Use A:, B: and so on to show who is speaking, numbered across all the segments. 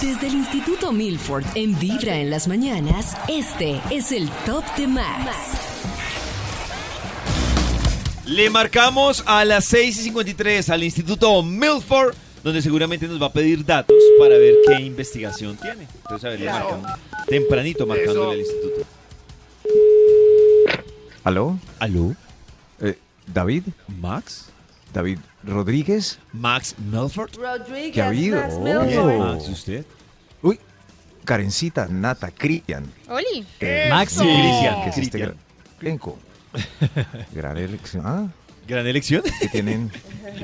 A: Desde el Instituto Milford, en Vibra en las mañanas, este es el Top de Max.
B: Le marcamos a las 6 y 53 al Instituto Milford, donde seguramente nos va a pedir datos para ver qué investigación tiene. Entonces, a ver, le
C: Claro.
B: marcamos. Tempranito marcándole
C: Eso.
B: al instituto.
D: ¿Aló?
B: ¿Aló?
D: Eh, ¿David?
B: ¿Max?
D: ¿David Rodríguez?
B: ¿Max Milford?
D: ¿Qué ha habido?
B: Bien,
D: Oh.
B: Max, ¿y usted?
D: Uy, Karencita, Nata, Cristian.
E: Oli,
D: Eh,
F: Maxi.
B: Cristian,
D: que es este
B: Cristian.
D: gran- Clenco. Gran elección. Ah,
B: Gran elección.
D: ¿qué tienen,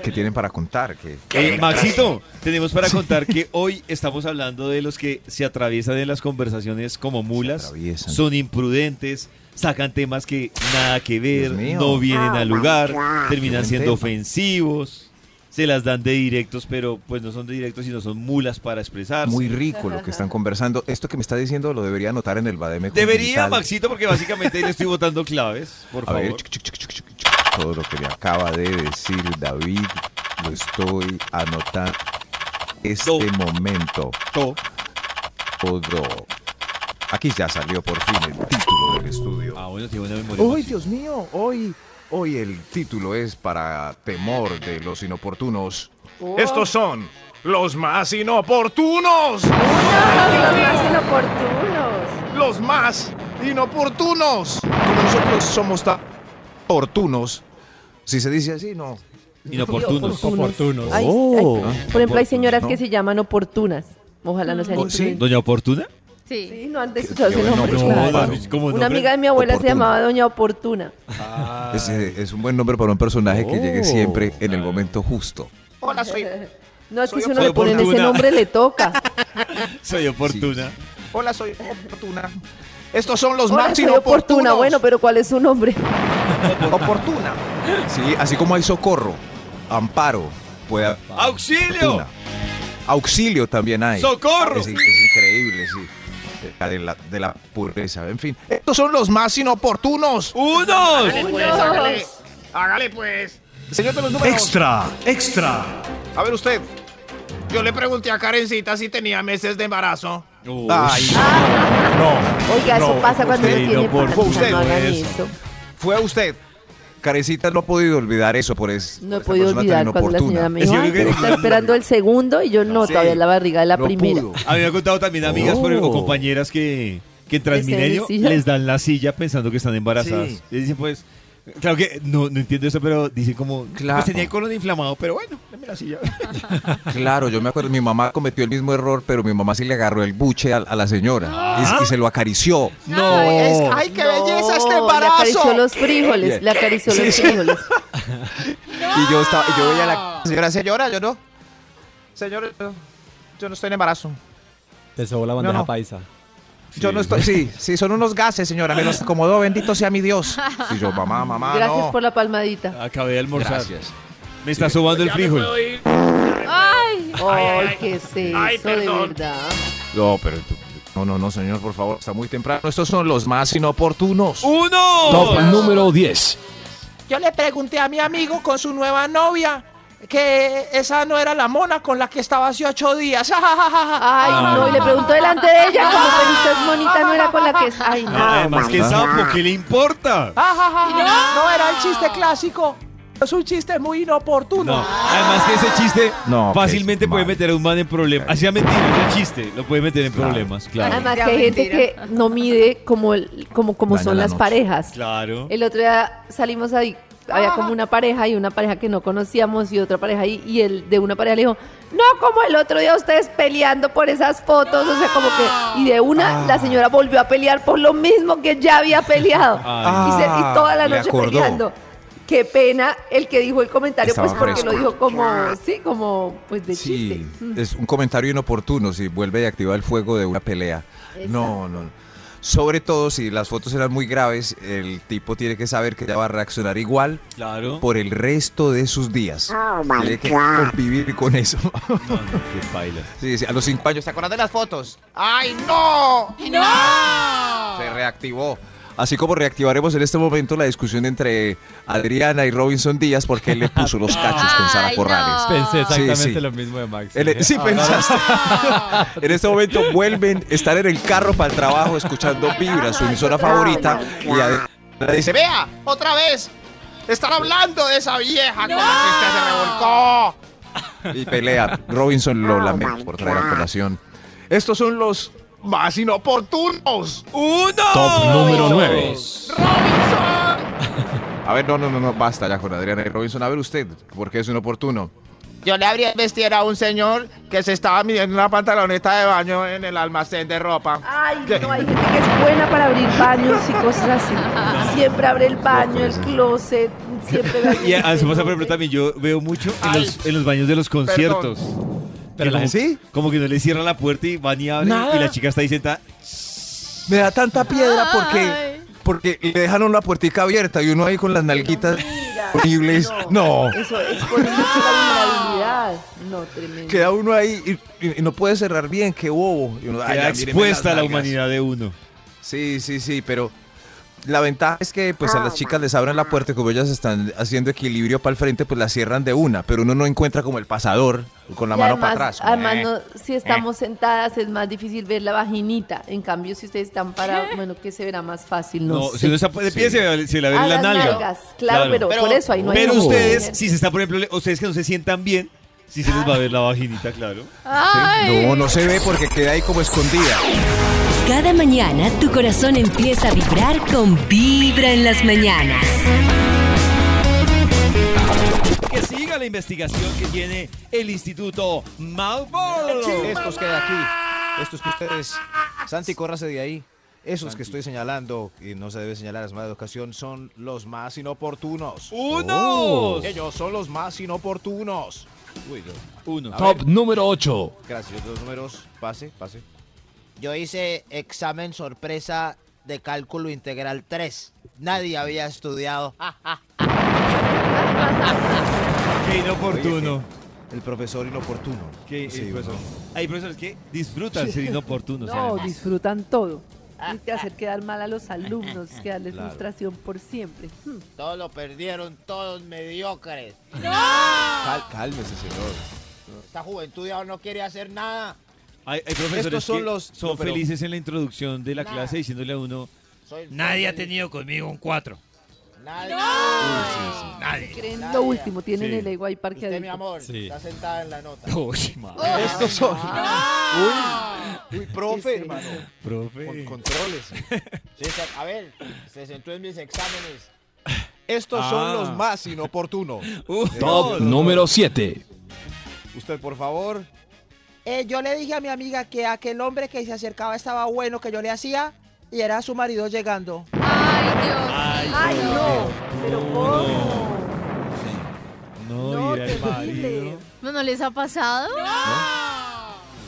D: ¿qué tienen para contar? Que
B: Eh, Maxito, tenemos para contar que hoy estamos hablando de los que se atraviesan en las conversaciones como mulas,
D: atraviesan.
B: son imprudentes, sacan temas que nada que ver,
D: Dios mío.
B: no vienen
G: Ah,
B: al lugar, terminan
D: Buen
B: siendo
D: tema.
B: ofensivos, se las dan de directos, pero pues no son de directos, sino son mulas para expresarse.
D: muy rico lo que están conversando. Esto que me está diciendo lo debería anotar en el Bademe.
B: Debería,
D: Digital.
B: Maxito, porque básicamente ahí le estoy botando claves, por
D: A
B: favor.
D: ver, chuc, chuc, chuc, chuc, chuc, chuc. todo lo que me acaba de decir David lo estoy anotando. Este
B: Do.
D: momento.
B: To.
D: Todo. Aquí ya salió por fin el título del estudio.
B: Ah, bueno, tiene buena memoria.
D: Hoy,
B: Maxito.
D: Dios mío, hoy, hoy el título es para temor de los inoportunos. Estos son los más inoportunos.
G: Los más inoportunos.
D: Los más inoportunos. Como nosotros somos tan oportunos. Si se dice así, no.
B: Inoportunos.
F: Oportunos.
G: Ay,
D: Oh.
G: ay. Por ejemplo, hay señoras
D: ¿no?
G: que se llaman oportunas. Ojalá no sean
D: Oh, sí.
G: imprudentes.
B: ¿Doña Oportuna?
E: sí.
G: Sí, no han escuchado
D: Qué
G: ese
D: buen
G: nombre.
D: nombre,
G: claro.
D: claro.
B: pues, ¿cómo
G: Una
B: nombre?
G: amiga de mi abuela se
D: Oportuna.
G: llamaba Doña Oportuna.
D: Ah, Ese es un buen nombre para un personaje que llegue
F: Oh.
D: siempre en el momento justo.
G: No, es que si uno
B: Soy
G: le ponen ese
B: oportuna.
G: nombre le toca.
B: Soy Oportuna.
D: Hola, soy oportuna. Estos son los
G: Hola, soy oportuna. Bueno, pero ¿cuál es su nombre?
D: oportuna. Sí, así como hay socorro, amparo, puede
B: ¡Auxilio!
D: Oportuna. Auxilio también hay.
B: ¡Socorro!
D: Es, in- es increíble, sí. Eh, De la, de la pureza, en fin. Estos son los más inoportunos.
B: ¡Unos!
H: Hágale pues.
D: Señor de los números.
H: extra.
D: A ver usted.
H: Yo le pregunté a Karencita si tenía meses de embarazo.
D: Ay,
G: Oiga, eso pasa cuando uno
B: usted
G: tiene
B: no, por
G: panza, no
D: usted no
G: hagan
B: es.
G: eso.
D: fue a usted. Carecita no ha podido olvidar eso por eso.
G: No he podido olvidar cuando la señora me
B: Es
G: dijo,
B: que
G: "Ay,
B: yo creo que-
G: está esperando el segundo y yo no,
D: Sí.
G: todavía en la barriga de la
D: No
G: primera.
D: pudo.
B: A mí me han contado también amigas por- o
D: Oh.
B: compañeras que, que en Transmilenio
G: ¿Les dan la silla?
B: les dan la silla pensando que están embarazadas.
D: Sí.
B: Les dicen pues, claro que no, no entiendo eso, pero dicen como,
D: Claro.
B: pues tenía el colon inflamado, pero bueno, dame la silla.
D: Claro, yo me acuerdo, mi mamá cometió el mismo error, pero mi mamá sí le agarró el buche a, a la señora y, y se lo acarició.
B: No.
H: ¡Ay, qué
G: No, Le acarició los frijoles,
D: Bien.
G: le acarició
D: Sí,
G: los
D: sí.
G: frijoles.
D: Y yo estaba, y yo veía a la señora, señora, yo no.
H: Señor, yo- yo no estoy en embarazo.
F: Te sobó la bandeja
H: No, no.
F: paisa.
D: Yo no estoy, sí, sí, son unos gases, señora, me los acomodó, bendito sea mi Dios. Y yo, mamá, mamá,
G: Gracias
D: Ah, no.
G: por la palmadita.
B: Acabé de almorzar.
D: Gracias.
B: Me está sobando el frijol.
E: Ay,
G: Ay, qué es eso,
H: Ay,
G: de
H: perdón.
G: verdad.
D: No, pero tú- no, no, no, señor, por favor, está muy temprano. Estos son los más inoportunos.
B: ¡Uno!
H: Oh,
F: número 10.
H: Yo le pregunté a mi amigo con su nueva novia que esa no era la mona con la que estaba hace ocho días. Ah,
G: Ay, no, y le preguntó delante de ella como pero usted es monita, no era con la que es. Ay,
B: No,
G: no.
B: además, que sapo, ¿qué le importa?
D: Ah,
H: Ah, No era el chiste clásico. Es un chiste muy inoportuno.
B: No, además que ese chiste
D: No, que
B: fácilmente
D: es
B: puede
D: mal.
B: meter a un man en problemas. Así sea mentira, el chiste lo puede meter en
D: Claro.
B: problemas, claro.
G: Además que hay gente que no mide como, el- como, como
D: Daña
G: son
D: la
G: las
D: noche.
G: parejas.
B: Claro.
G: El otro día salimos ahí, había como una pareja y una pareja que no conocíamos y otra pareja ahí, y el de una pareja le dijo, no, como el otro día ustedes peleando por esas fotos, o sea, como que, y de
D: Ah.
G: una la señora volvió a pelear por lo mismo que ya había peleado.
B: Ay.
G: y, se- y toda la
D: Le
G: noche
D: Ah. acordó.
G: peleando. Qué pena el que dijo el comentario,
D: Estaba
G: pues porque
D: fresco. Ah.
G: lo dijo como, sí, como, pues de
D: Sí,
G: chiste. Mm.
D: es un comentario inoportuno si vuelve y activa el fuego de una pelea. No, no. Sobre todo si las fotos eran muy graves, el tipo tiene que saber que ya va a reaccionar igual
B: Claro.
D: por el resto de sus días.
I: Oh, my
D: tiene que
I: God.
D: convivir con eso.
B: No, no, qué paila.
D: Sí, sí, a los cinco años, ¿te acuerdas de las fotos?
J: ¡Ay, no!
G: Ah.
J: ¡No!
D: Se reactivó. Así como reactivaremos en este momento la discusión entre Adriana y Robinson Díaz porque él le puso los cachos con Sara
K: Ay,
D: Corrales.
K: no.
F: Pensé
D: Sí,
F: exactamente
D: sí.
F: lo mismo de Max.
D: El- e- sí, pensaste. en este momento vuelven, están en el carro para el trabajo escuchando Vibra, su emisora favorita. Y Adriana dice, "Ve,
J: Vea, otra vez. Están hablando de esa vieja con la que usted se revolcó.
D: y pelea. Robinson lo lamenta por traer a colación. Estos son los
L: Más inoportunos.
B: ¡Uno!
F: Top
H: Oh.
F: número 9.
D: A ver, no, no, no, no, basta ya con Adriana y Robinson. A ver usted, porque es inoportuno.
J: Yo le abrí el vestido a un señor que se estaba midiendo una pantaloneta de baño en el almacén de ropa.
G: Ay, no, hay gente que es buena para abrir baños y cosas así. Siempre abre el baño, el closet, siempre... ve-
B: Y hacemos por ejemplo, también yo veo mucho en
J: Ay.
B: los, en los baños de los conciertos.
F: Pero la
B: como,
F: gente-
B: como que no le cierran la puerta y van y abren
J: Nada.
B: y la chica está ahí sentada.
D: Me da tanta piedra porque,
K: Ay.
D: porque le dejaron la puertica abierta y uno ahí con las nalguitas horribles. No,
G: Eso expone mucho la vulnerabilidad. No, tremendo.
D: queda uno ahí y, y- y no puede cerrar bien, qué bobo. Y uno, "Ay,
B: Queda
D: ya, míreme
B: expuesta a
D: las
B: la
D: nalgas".
B: humanidad de uno.
D: Sí, sí, sí, pero la ventaja es que pues
G: Ah,
D: a las chicas les abren la puerta y como ellas están haciendo equilibrio para el frente, pues la cierran de una, pero uno no encuentra como el pasador con la
G: Y
D: mano
G: además,
D: para atrás. como,
G: Además,
D: "Eh".
G: no- si estamos sentadas es más difícil ver la vaginita. En cambio, si ustedes están parados, bueno, que se verá más fácil. No,
B: No,
G: sé.
B: si uno está de pie
D: Sí.
B: se, ve- se le
G: Ah,
B: ven la
G: las
B: nalga.
G: nalgas, claro, pero, por eso ahí no hay
B: pero
G: como-
B: ustedes, si se está, por ejemplo, le- ustedes que no se sientan bien, sí se les va a ver la vaginita, claro.
K: Ay.
D: No, no se ve porque queda ahí como escondida.
A: Cada mañana tu corazón empieza a vibrar con Vibra en las mañanas.
B: Que siga la investigación que tiene el Instituto Malboro.
H: Estos que hay aquí, estos que ustedes, Santi, córrase de ahí. Esos que estoy señalando, y no se debe señalar es más de ocasión, son los más inoportunos.
D: Oh.
B: ¡Unos!
H: Ellos son los más inoportunos. Uy, no.
B: Uno.
F: Top número 8.
H: Gracias, los números. Pase, pase.
M: Yo hice examen sorpresa de cálculo integral 3. Nadie había estudiado. Ah.
B: Qué inoportuno.
H: El profesor inoportuno.
B: Qué
D: eh,
H: Sí,
B: profesor.
H: uno.
B: Hay profesores que disfrutan ser inoportunos.
G: No,
B: además.
G: disfrutan todo. Y te hacer quedar mal a los alumnos, que darles
H: Claro.
G: frustración por siempre. Hmm.
M: Todos lo perdieron, todos mediocres.
H: Cal- cálmese, señor.
M: Esta juventud ya no quiere hacer nada.
B: Hay, hay profesores
H: Estos son
B: que
H: los-
B: son
H: no, pero-
B: felices en la introducción de la
M: Nah.
B: clase diciéndole a uno,
M: Soy-
N: Nadie ha tenido conmigo un 4.
M: Nadie.
N: Nadie.
G: Creen
M: Nadie.
G: lo último, tienen
B: Sí.
G: el ego ahí parqueadito.
M: Usted, mi amor,
N: Sí.
M: está sentada en la nota.
N: Uy, madre.
H: Estos son. Uy, uy, profe,
G: Sí, sí.
H: hermano. Con
B: profe.
H: controles.
M: Sí, está- A ver, se sentó en mis exámenes.
H: Estos
B: Ah.
H: son los más inoportunos.
F: Top número 7.
H: Usted, por favor.
J: Eh, yo le dije a mi amiga que aquel hombre que se acercaba estaba bueno, que yo le hacía, y era su marido llegando.
K: Ay, Dios.
G: Ay, no. Pero ¿cómo?
B: No,
G: No,
B: ir al
G: terrible.
B: marido.
K: ¿No, no les ha pasado?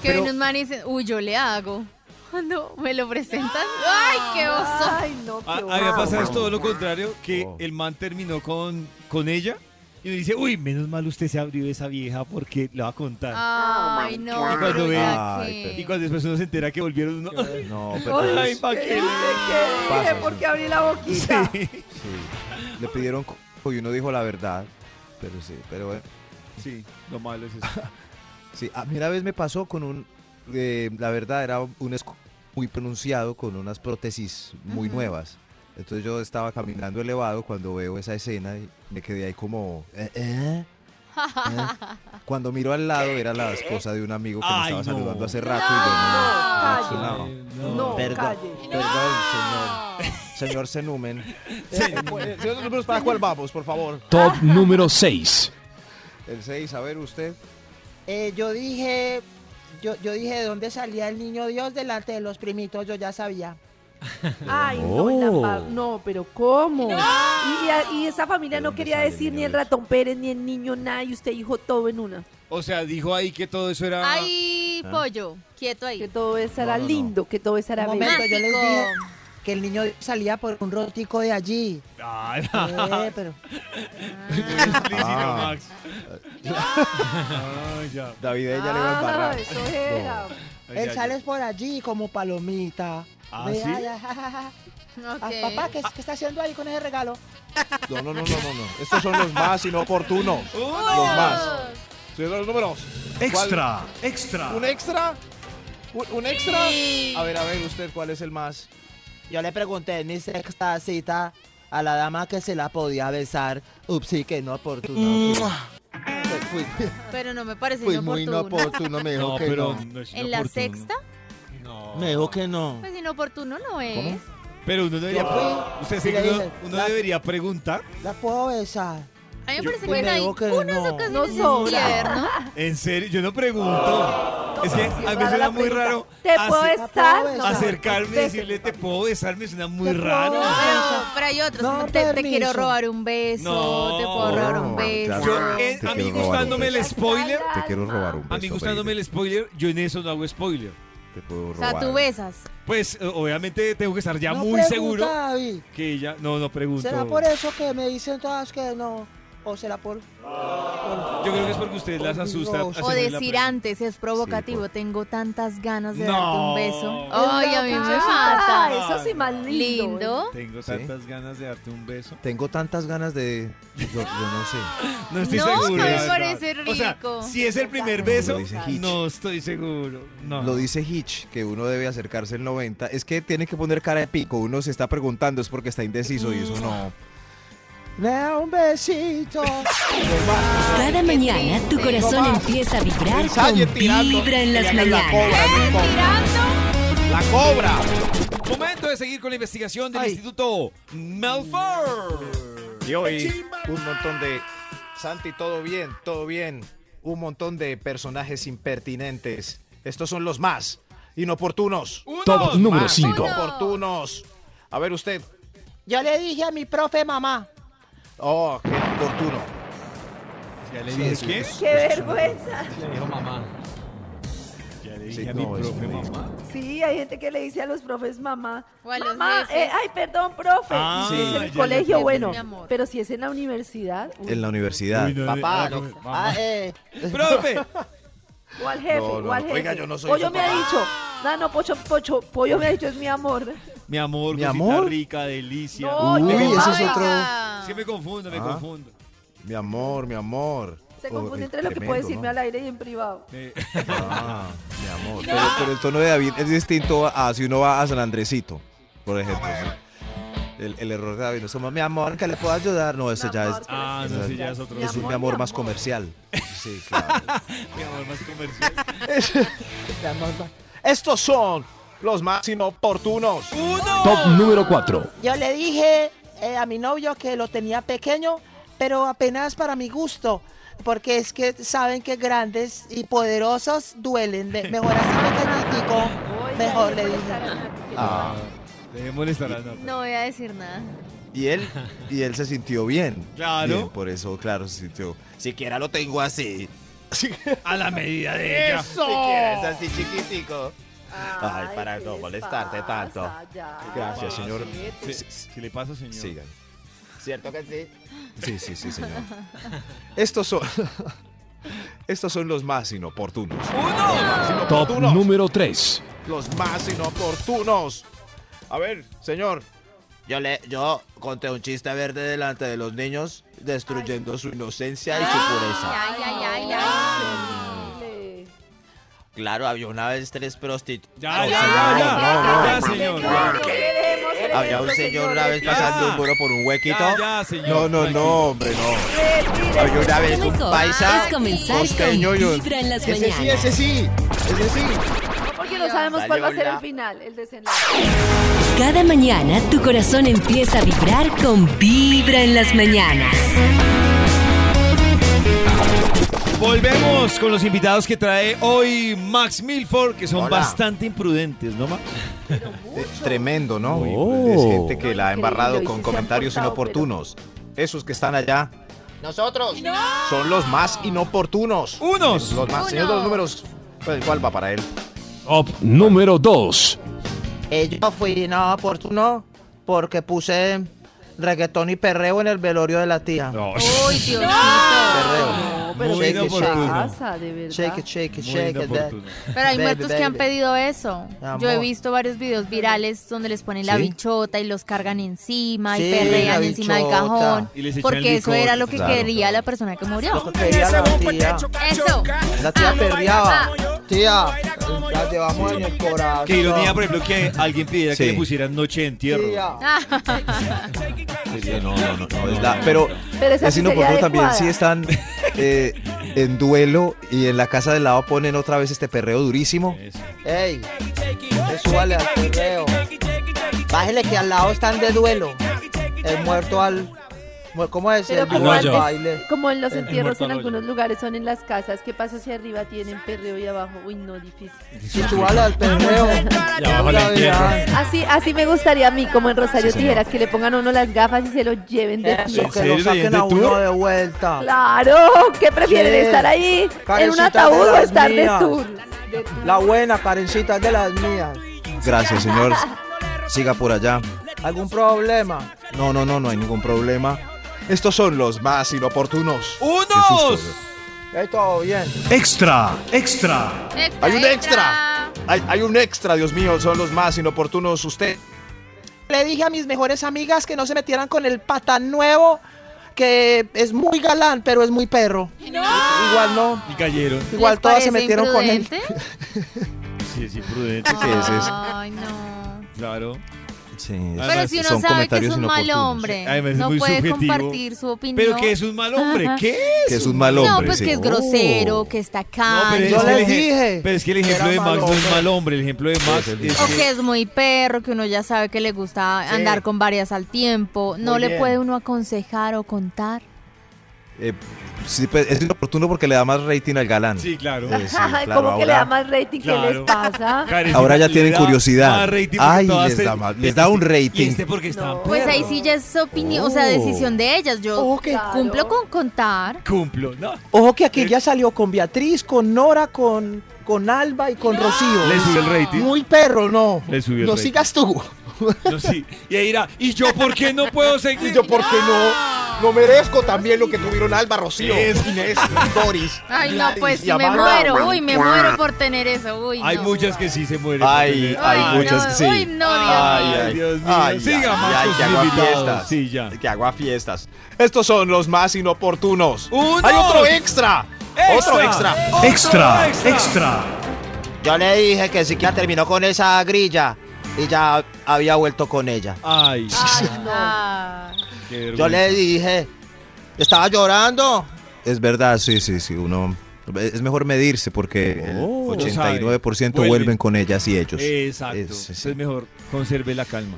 K: Que
H: Pero-
K: ven un man y dicen, uy, yo le hago. Cuando me lo presentan, ¡ay, qué oso!
G: Ay, no, qué
B: A, "Ah, a mí me
G: horror.
B: pasa es todo lo contrario, que
H: Oh.
B: el man terminó con, con ella y me dice, uy, menos mal usted se abrió esa vieja porque la va a contar.
K: Ah, Ay, no,
B: Y cuando
K: pero
B: ve-
K: ya
H: Ay,
K: que-
B: Y cuando después uno se entera que volvieron uno... "Ay,
H: No,
B: Ay, pa'
G: ¿Qué
B: qué
G: hice? ¿Qué dije?
H: Pasa,
G: ¿Por
H: sí.
G: qué abrí la boquita?
B: le-". Sí,
H: Sí. Le pidieron coco y uno dijo la verdad. Pero sí, pero eh,
B: sí, lo malo es eso.
H: sí. A mí una vez me pasó con un. eh, la verdad, era un escu- muy pronunciado con unas prótesis muy
K: Ujú.
H: nuevas. Entonces yo estaba caminando elevado cuando veo esa escena y me quedé ahí como. "Eh, eh, eh". Cuando miro al lado era la esposa de un amigo que me
B: Ay,
H: estaba
B: no.
H: saludando hace rato y yo no-
G: No,
H: Sí,
G: calle.
H: no.
G: No,
H: Perdón.
G: calle.
H: Perdón, señor. Señor Senumen. Eh, señor Senumen, ¿para cuál vamos, por favor?
G: Ah.
F: Top número 6.
H: El 6, a ver usted.
J: Eh, yo dije, yo, yo dije de dónde salía el niño Dios delante de los primitos, yo ya sabía.
G: Ay, no, la pa- no, pero ¿cómo? Y, y a- y esa familia
H: ¿De
G: no
H: dónde
G: quería
H: sale el
G: decir ni
H: niño
G: el
H: Dios?
G: ratón Pérez, ni el niño, nada, y usted dijo todo en una.
B: O sea, dijo ahí que todo eso era...
K: Ay, el pollo. Quieto ahí.
G: Que todo estará lindo, que todo estará
K: Un
G: bello.
K: momento, yo les dije
M: que el niño salía por un rótico de allí.
B: Ah,
N: Ay,
M: Eh, pero...
N: Explícito,
H: Ah.
N: Max. Ay, ya.
H: David ella le va
K: Ah,
H: a
G: Ah,
H: embarrar.
N: No.
M: Él
N: Ya,
M: sale por allí como palomita.
H: Ah,
M: Ve,
H: ¿sí?
M: ay, ah, ah, ah, ah. Ah,
K: Ok.
M: papá, ¿qué, qué está haciendo ahí con ese regalo?
H: No, no, no, no, no, no. Estos son los más inoportunos. Los más. Sí, los números.
N: Extra,
H: ¿Cuál?
N: extra.
H: ¿Un extra? ¿Un, un extra?
M: Sí.
H: A ver, a ver, usted, ¿cuál es el más?
M: Yo le pregunté en mi sexta cita a la dama que se la podía besar. Ups, sí, que no oportuno.
I: Fui,
K: Pero no me parece
H: Pues
I: fui muy
K: inoportuno.
I: inoportuno, me dijo
M: No,
I: que
M: pero
I: no.
K: ¿En la sexta?
I: Me dijo que no.
K: Pues inoportuno no es.
B: Pero uno debería,
M: Yo-
B: usted
M: Sí,
B: sí que
M: le
B: uno,
M: dicen,
B: uno
M: la-
B: debería preguntar.
M: ¿La puedo besar?
K: A mí me
M: Yo-
K: parece
M: pues
K: que
M: me
K: hay
M: digo que
K: unas
M: no.
K: ocasiones
M: No
K: es
M: sobra.
K: tierno.
B: En serio, yo no pregunto. Es que a mí
G: rara
B: suena
G: la
B: muy
G: pregunta.
B: raro.
G: ¿Te puedo
B: ace-
G: besar? No.
B: Acercarme y
G: Bésame,
B: decirle, te puedo besar, me suena muy
M: Te puedo
B: raro.
K: Claro, pero hay otros.
M: Ah. No,
K: te, te
M: permiso.
K: quiero robar un beso,
B: No.
K: te puedo robar un beso.
B: Yo, eh,
H: Te
B: a mí
H: quiero robar
B: gustándome
H: un
B: el
H: beso.
B: spoiler,
H: Te quiero robar un beso.
B: a mí gustándome
H: baby.
B: el spoiler, yo en eso no hago spoiler.
H: Te puedo
K: O sea, tú besas.
B: Pues eh, obviamente tengo que estar ya
M: No
B: muy
M: pregunta,
B: seguro
M: David.
B: que ella no no pregunto.
M: ¿Será por eso que me dicen todas que no? ¿O será por...? por-
B: Yo creo que es porque ustedes las asustan.
K: O decir antes, es provocativo, tengo tantas ganas de
B: No.
K: darte un beso.
B: Es
K: Ay, a mí me
G: verdad, eso sí está-
K: mata.
G: eso sí más lindo.
K: Lindo.
B: Tengo
H: Sí.
B: tantas ganas de darte un beso.
H: Tengo tantas ganas de. Yo, yo no sé.
B: No estoy
K: No,
B: seguro.
K: me
B: la verdad.
K: parece
B: O sea,
K: rico.
B: si es el primer beso,
H: dice Hitch.
B: no estoy seguro. No.
H: Lo dice Hitch, que uno debe acercarse el 90. Es que tiene que poner cara de pico. Uno se está preguntando, es porque está indeciso y eso no.
M: Me da un besito.
A: Cada mañana tu corazón empieza a vibrar con vibra en las mañanas.
B: La cobra. Momento de seguir con la investigación del Instituto Melford.
H: Y hoy, un montón de. Santi, todo bien, todo bien. Un montón de personajes impertinentes. Estos son los más inoportunos.
F: Top
H: Los
F: número
H: más
F: cinco.
H: Inoportunos. A ver, usted.
M: Yo le dije a mi profe mamá.
H: Oh, qué inoportuno.
B: Ya le
H: Sí,
B: dije
H: sí,
B: qué.
H: sí.
G: ¿eh? ¡Qué vergüenza!
B: Ya le dije
H: Sí,
B: a mi
H: no, es
B: profe
H: muy-
B: mamá.
G: Sí, hay gente que le dice a los profes mamá.
K: O a los
G: Mamá,
K: jefes.
G: eh, ay, perdón, profe.
B: Ah,
G: Y si es
B: sí,
G: en
B: ya,
G: el
B: ya,
G: colegio,
K: ya.
G: bueno.
K: Mi amor.
G: Pero si es en la universidad, uy,
H: En la universidad.
B: Uy, no,
M: Papá,
B: ah,
M: no.
B: profe, mamá.
M: Ah, eh,
B: ¡Profe!
G: o al jefe,
H: No, no,
G: o al
H: no.
G: jefe.
H: Oiga, yo no soy
G: Pollo
H: su
G: me ha
H: papá.
G: dicho. No, no, pocho, pocho, pollo me ha dicho, es mi amor.
B: Mi amor,
H: Mi
B: cosita
H: amor.
B: rica, delicia.
G: No, yo
H: Uy,
G: no,
H: ese es
G: ay,
H: otro-
K: Oiga.
B: Es que me confundo, me
H: Ah.
B: confundo.
H: Mi amor, mi amor.
G: Se
H: Oh,
G: confunde
H: eh,
G: entre lo que
H: tremendo,
G: puede decirme
H: ¿no?
G: al aire y en privado.
B: Eh,
H: Ah, mi amor. Pero, pero el tono de David es distinto a si uno va a San Andresito, por ejemplo. sí. El, el error de David no es como, mi amor, que le puedo ayudar. No, ese
G: Mi
H: ya
G: amor,
H: es.
G: que le
B: Ah,
H: ese
B: no,
H: es-
B: ese ya es otro.
H: ese es un
G: Mi
H: mi
G: amor,
H: amor
G: mi
H: más
G: amor.
H: comercial. Sí, claro.
B: mi amor más comercial.
M: mi amor, va.
H: Estos son los más inoportunos.
F: Top número 4.
M: Yo le dije eh, a mi novio que lo tenía pequeño, pero apenas para mi gusto. Porque es que saben que grandes y poderosos duelen. Me- Mejor así pequeñitico.
G: Oiga,
M: Mejor
G: y
M: le
G: por
M: dije.
G: estar en la-
H: Ah,
B: Debe molestar a Nata.
K: No voy a decir nada.
H: y él y él se sintió bien.
B: Claro.
H: Bien, por eso, claro, se sintió. Siquiera lo tengo así.
N: A la medida de ella.
H: Siquiera es así chiquitico. Ay, para
G: ¿qué
H: no
G: les
H: molestarte tanto.
G: pasa? Ah, Ya,
M: Ah.
H: Gracias, señor.
G: siete.
H: Ah, Sí, sí,
B: ¿Qué le pasa, señor?
H: Sigan.
M: ¿Cierto que sí?
H: Sí, sí, sí, señor. Estos son, estos son los más inoportunos.
F: Top número 3.
H: Los más inoportunos. A ver, señor.
M: Yo, le, yo conté un chiste verde delante de los niños, destruyendo su inocencia y su pureza.
K: Ay, ay, ay,
M: Ah.
K: ay.
G: Le-
M: Claro, había una vez tres prostitutas.
B: Ya, ya, ya, ya. Ya,
G: No,
B: señor.
G: no queremos ser
M: Había un
G: estos,
M: señor una
G: señores.
M: vez pasando un muro por un huequito.
B: Ya, ya, señor.
H: No, no, no, hombre, no.
G: Retírese.
M: Había una vez
A: Lo
M: un
A: mejor
M: paisa.
A: es comenzar con
H: costeño y un-
A: vibra en las
I: Ese sí,
A: mañanas.
I: ese sí. Ese sí.
G: No, porque no sabemos cuál va a ser el
M: Dale,
G: final, el desenlace.
A: Cada mañana tu corazón empieza a vibrar con vibra en las mañanas.
B: Volvemos con los invitados que trae hoy Max Milford, que son
H: Hola.
B: bastante imprudentes, ¿no, Max?
H: Eh, Tremendo, ¿no?
B: Oh.
D: pues,
H: Es gente que la ha embarrado
G: Increíble, y
H: con
G: sí se han
H: comentarios
G: portado, pero-
H: inoportunos. Esos que están allá
M: Nosotros.
H: son los más inoportunos.
B: Unos.
H: Los más.
K: Uno.
H: Señor de los números. Pero igual va para él.
F: Top número 2.
M: Eh, yo fui nada oportuno porque puse reggaetón y perreo en el velorio de la tía.
K: Uy, Dios
M: Perreo.
K: pero
M: Shake
K: ¿qué
M: it, shake it.
K: pasa, de verdad?
M: Shake it, shake it,
K: Muy
M: shake it.
K: inoportuno. Pero hay
M: Baby,
K: muertos que han
M: baby.
K: pedido eso. Yo he
M: Amor.
K: visto varios videos virales donde les ponen la
M: ¿Sí?
K: bichota y los cargan encima y
M: Sí,
K: perrean
M: la
K: encima del
M: bichota.
K: cajón.
M: Y les echan
K: Porque
M: el
K: eso
M: licor.
K: era lo que
M: Claro,
K: quería la persona que murió.
M: Quería la tía.
K: Eso.
M: La tía
K: Ah,
M: perreaba.
K: ah.
M: Tía, la llevamos en el corazón.
B: Que ironía, por ejemplo, que alguien pidiera
D: Sí. ah.
B: que le pusieran noche de entierro.
M: Tía.
D: Sí, no, no, no, no, es la- pero
G: Pero esa
D: así
G: sí
D: no
G: sería
D: por también
G: adecuada.
D: sí están eh, en duelo y en la casa del lado ponen otra vez este perreo durísimo.
M: Ey, usted súbale al correo. Bájele que al lado están de duelo. El muerto al. mu- ¿Cómo es?
G: Pero
M: el
G: como,
M: muerto
G: antes,
M: al baile.
G: como en los
M: El
G: entierros
M: muerto
G: en
M: al hoyo.
G: algunos lugares son en las casas, ¿qué pasa si arriba tienen perreo y abajo? Uy, no, difícil.
M: Si súbale al perreo.
N: abajo al
M: Ya
N: entierro.
M: verán.
G: Así, así me gustaría a mí, como en Rosario
M: Sí, señor.
G: Tijeras, que le pongan a uno las gafas y se lo lleven de
M: Eso,
G: pie.
M: que lo saquen a uno de vuelta.
G: Claro, ¿qué prefieren?
M: Sí.
G: ¿Estar ahí en un
M: Karencita
G: ataúd o
M: las
G: estar de
M: mías.
G: tour?
M: La buena, Karencita, es de las mías.
D: Gracias, señor. Siga por allá.
M: ¿Algún problema?
D: No, no, no, no hay ningún problema. Estos son los más inoportunos.
M: ¡Unos! Eh, todo bien.
D: Extra, extra.
H: Hay un extra. Hay, hay un extra, Dios mío, son los más inoportunos. Usted
M: Le dije a mis mejores amigas que no se metieran con el patán nuevo, que es muy galán, pero es muy perro. Igual no.
B: Y cayeron.
M: Igual
K: ¿Les
M: todas
K: parece
M: se metieron con él.
K: imprudente?
B: Sí, es imprudente. Ah,
K: Ay, no.
B: Claro.
D: Sí,
K: Pero si uno sabe que es un mal hombre,
B: Además, es
K: no
B: muy
K: puede
B: subjetivo.
K: compartir su opinión.
B: Pero que es un mal hombre,
K: Ajá.
B: ¿qué es?
D: Que es un mal
K: No,
D: hombre,
K: pues
D: sí.
K: que es
D: Oh.
K: grosero, que está caño.
B: es que el ej- Pero es que el ejemplo de Max no es mal hombre. El ejemplo de Max es
K: O
B: que-
K: que es muy perro, que uno ya sabe que le gusta
B: Sí.
K: andar con varias al tiempo. No
B: Muy
K: le
B: bien.
K: puede uno aconsejar o contar.
D: Eh, sí, pues, es inoportuno porque le da más rating al galán.
B: Sí, claro.
D: Eh, sí,
G: Ay,
D: claro,
G: ¿Cómo que le da
D: ahora-
G: más rating? ¿Qué les
D: Claro.
G: pasa?
D: Ahora ya
B: Le
D: tienen
B: da
D: curiosidad.
B: más rating porque
D: Ay,
B: todas
D: les
B: se-
D: da, más- les da un
B: Y
D: rating.
B: este porque está
K: Pues ahí sí ya es opinión, o sea,
D: Oh.
K: decisión de ellas. Yo cumplo con contar.
B: Cumplo, ¿no?
M: Ojo que
B: Eh.
M: aquí ya salió con Beatriz, con Nora, con, con Alba y con Rocío.
B: Le subió el rating.
M: Muy perro, no.
B: Le subió el
M: no
B: rating.
M: sigas tú.
B: No, sí. Y ahí dirá, ¿y yo por qué no puedo seguir?
I: yo por qué no? No merezco también lo que tuvieron Alba, Rocío,
B: Es-
I: Inés, Doris.
K: Ay, no,
I: Gladys
K: pues
I: y
K: me
I: Amanda.
K: muero. Uy, me muero por tener eso. Uy,
B: Hay
K: no.
B: muchas que sí se mueren.
D: Ay,
B: por tener-
D: hay muchas
K: no,
D: que sí.
K: uy, no, Dios
B: Ah.
D: Ay,
K: mío.
D: ay,
B: Dios mío.
D: ay,
B: Siga,
D: ay,
B: Max,
D: ay,
B: sus
D: que haga
B: invitados.
D: fiestas.
B: Sí, ya.
H: que haga fiestas. Estos son los más inoportunos.
B: ¡Unos!
H: Hay otro extra. Otro extra.
N: Extra, extra.
J: Yo le dije que siquiera terminó con esa grilla y ya había vuelto con ella.
B: Ay,
K: Ah.
B: qué
J: Yo
B: vergüenza.
J: le dije, estaba llorando.
D: Es verdad, sí, sí, sí. Uno es mejor medirse porque el
B: Oh.
D: 89%
B: Vuelven.
D: vuelven con ellas y ellos.
B: Exacto.
D: Es-
B: Entonces Es mejor conserve la calma.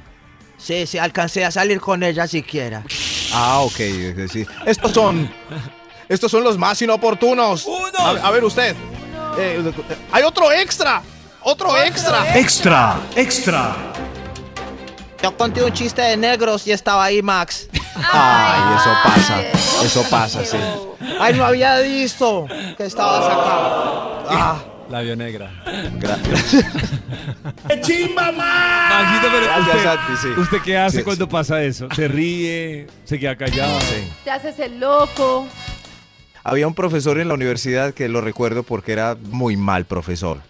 J: Sí, sí, alcancé a salir con ella siquiera.
D: Ah, ok. eh, sí.
H: Estos son. Estos son los más inoportunos. A, a ver usted. Eh, eh, hay otro extra. Otro extra.
N: Extra, extra.
J: Yo conté un chiste de negros y estaba ahí Max.
D: Ay, eso pasa. Eso pasa, sí.
J: Ay, no había visto que estabas acá. Ah,
O: La vio negra.
N: ¡Chimba,
B: Maxito, pero
D: Gracias,
B: usted,
D: Santi, sí.
B: ¿usted qué hace
D: Sí,
B: cuando pasa eso? ¿Se ríe? ¿Se queda callado?
G: Te haces el loco.
D: Había un profesor en la universidad que lo recuerdo porque era muy mal profesor.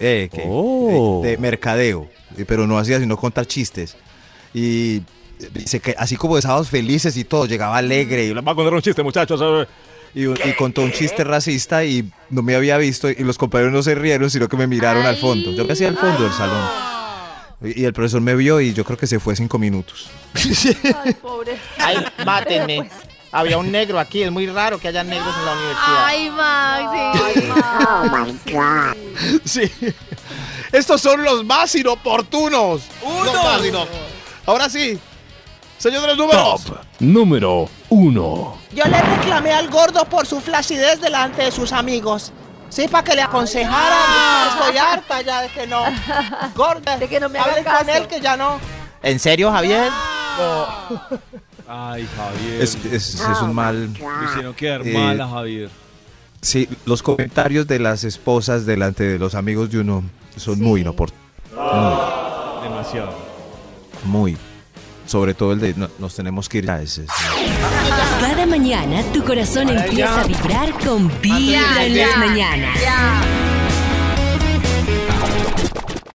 D: Eh, que- eh, de mercadeo. eh, Pero no hacía sino contar chistes. Y dice que así como de sábados felices y todo, llegaba alegre. Y va a contar un chiste, muchachos. eh". Y, y contó un chiste racista y no me había visto. Y los compañeros no se rieron, sino que me miraron al fondo. Yo me hacía al fondo del salón. Y, y el profesor me vio y yo creo que se fue cinco minutos.
G: Ay, pobre.
I: Ay, mátenme. Había un negro aquí, es muy raro que haya negros en la universidad.
K: Ay, Max. sí.
H: Sí. Estos son los más inoportunos. Los más inop- Ahora sí. Señor de los números.
F: Número 1.
M: Yo le reclamé al gordo por su flacidez delante de sus amigos. Sí, para que le aconsejara. Estoy harta ya de que no. Gordo, Ah. de que no me
G: haga
M: con
G: caso.
M: él que ya no.
J: ¿En serio, Javier?
B: Ay, Javier.
D: Es, es- es un mal.
B: Lo hicieron quedar
D: eh,
B: mal a Javier.
D: Sí, los comentarios de las esposas delante de los amigos de uno son muy inoportunos.
B: Demasiado.
D: Muy. Sobre todo el de "No, nos tenemos que ir a veces.
A: Cada mañana tu corazón
D: Ahora
A: empieza
D: ya.
A: a vibrar con vibra en las mañanas.